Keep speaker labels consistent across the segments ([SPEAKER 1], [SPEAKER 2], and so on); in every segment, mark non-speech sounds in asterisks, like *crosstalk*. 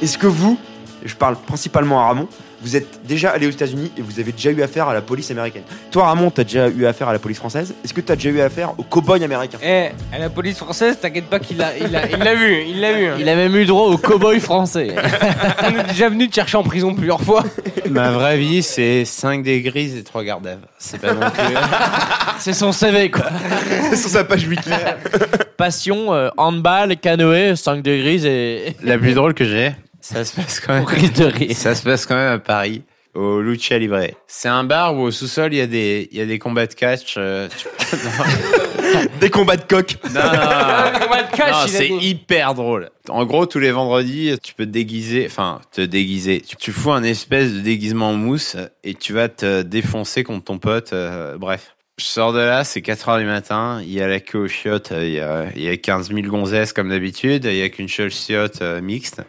[SPEAKER 1] Est-ce que vous, et je parle principalement à Ramon, vous êtes déjà allé aux États-Unis et vous avez déjà eu affaire à la police américaine Toi, Ramon, t'as déjà eu affaire à la police française. Est-ce que t'as déjà eu affaire aux cow-boys américains
[SPEAKER 2] Eh, à la police française, t'inquiète pas qu'il l'a il l'a- il l'a vu, il l'a vu.
[SPEAKER 3] Il a même eu droit au cow-boy *laughs* français.
[SPEAKER 2] *laughs* On est déjà venu te chercher en prison plusieurs fois.
[SPEAKER 4] Ma vraie vie, c'est 5 des grises et 3 gardes à vue. C'est pas non plus.
[SPEAKER 3] C'est son CV, quoi.
[SPEAKER 1] Sur sa page wiki. *laughs*
[SPEAKER 3] Passion, euh, handball, canoë, 5 degrés *laughs* et.
[SPEAKER 4] La plus drôle que j'ai, ça se passe quand même.
[SPEAKER 3] Crise de rire.
[SPEAKER 4] Ça se passe quand même à Paris, au Lucha Libre. C'est un bar où au sous-sol, il y, a des- il y a des combats de catch. euh, *laughs* tu-
[SPEAKER 1] Des combats de coq.
[SPEAKER 4] Non, non, non.
[SPEAKER 2] Combien de cash,
[SPEAKER 4] Non,
[SPEAKER 2] il a
[SPEAKER 4] c'est
[SPEAKER 2] dit.
[SPEAKER 4] hyper drôle. En gros, tous les vendredis, tu peux te déguiser, enfin, te déguiser. Tu, tu fous un espèce de déguisement en mousse et tu vas te défoncer contre ton pote. euh, bref. Je sors de là, c'est 4 heures du matin, il y a la queue aux chiottes, euh, il y a, il y a 15 000 gonzesses comme d'habitude, il y a qu'une seule chiotte euh, mixte.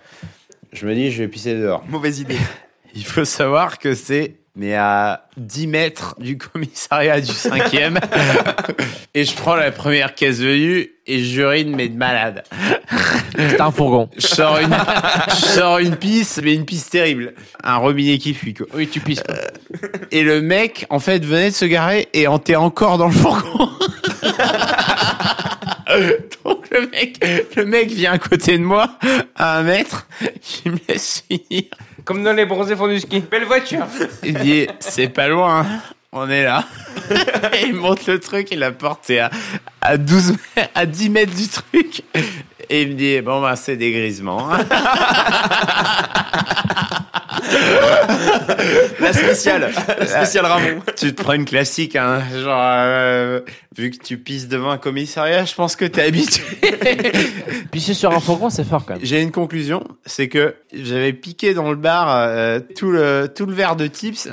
[SPEAKER 4] Je me dis, je vais pisser dehors.
[SPEAKER 1] Mauvaise idée.
[SPEAKER 4] Il faut savoir que c'est mais à 10 mètres du commissariat du 5e. et je prends la première caisse venue et j'urine, mais de malade.
[SPEAKER 3] C'est un *laughs* fourgon.
[SPEAKER 4] Je sors une, je sors une pisse, mais une pisse terrible. Un robinet qui fuit, quoi. Euh,
[SPEAKER 3] Oui, tu pisses. quoi.
[SPEAKER 4] Et le mec, en fait, venait de se garer et en était encore dans le fourgon. *laughs* Donc le mec, le mec vient à côté de moi, à un mètre, il me laisse finir.
[SPEAKER 2] Comme dans les bronzés font du ski. Belle voiture.
[SPEAKER 4] Il dit c'est pas loin, hein. on est *laughs* là. Et il monte le truc, il la porte est à, à 12 mè- à 10 mètres du truc. Et il me dit bon bah c'est des grisements. hein. *laughs*
[SPEAKER 1] La spéciale. La spéciale Ramon.
[SPEAKER 4] tu te prends une classique hein, genre euh, vu que tu pisses devant un commissariat, je pense que t'es habitué.
[SPEAKER 3] Pisser sur un fourgon, c'est fort quand même.
[SPEAKER 4] *laughs* J'ai une conclusion, c'est que j'avais piqué dans le bar euh, tout le tout le verre de tips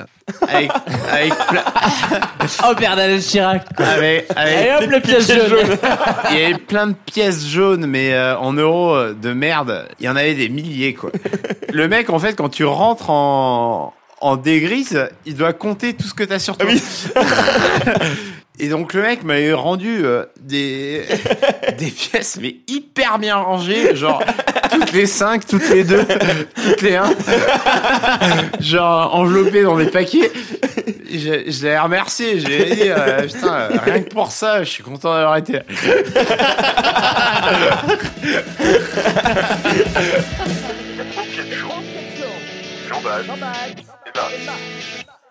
[SPEAKER 4] avec avec ple-
[SPEAKER 3] Oh, Bernadette Chirac.
[SPEAKER 4] avec, avec
[SPEAKER 3] Et hop, le pièce jaune.
[SPEAKER 4] Il y avait plein de pièces jaunes, mais euh, en euros euh, de merde. Il y en avait des milliers, quoi. Le mec, en fait, quand tu rentres en, en dégrise, il doit compter tout ce que t'as sur toi. Et donc, le mec m'avait rendu euh, des, des pièces, mais hyper bien rangées. Genre, toutes les cinq, toutes les deux, toutes les un. Genre, enveloppées dans des paquets. Je, je l'ai remercié. J'ai dit, euh, putain, euh, rien que pour ça, je suis content d'avoir été. là.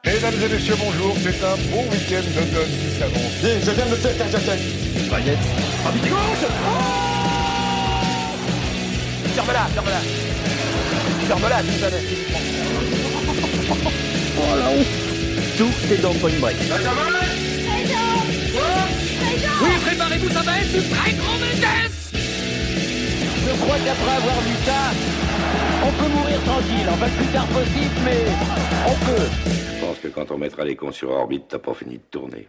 [SPEAKER 5] Mesdames et messieurs, bonjour, c'est un bon week-end d'automne qui s'annonce. je viens de le faire, tiens, tiens,
[SPEAKER 6] Je pense que quand on mettra les cons sur orbite, t'as pas fini de tourner.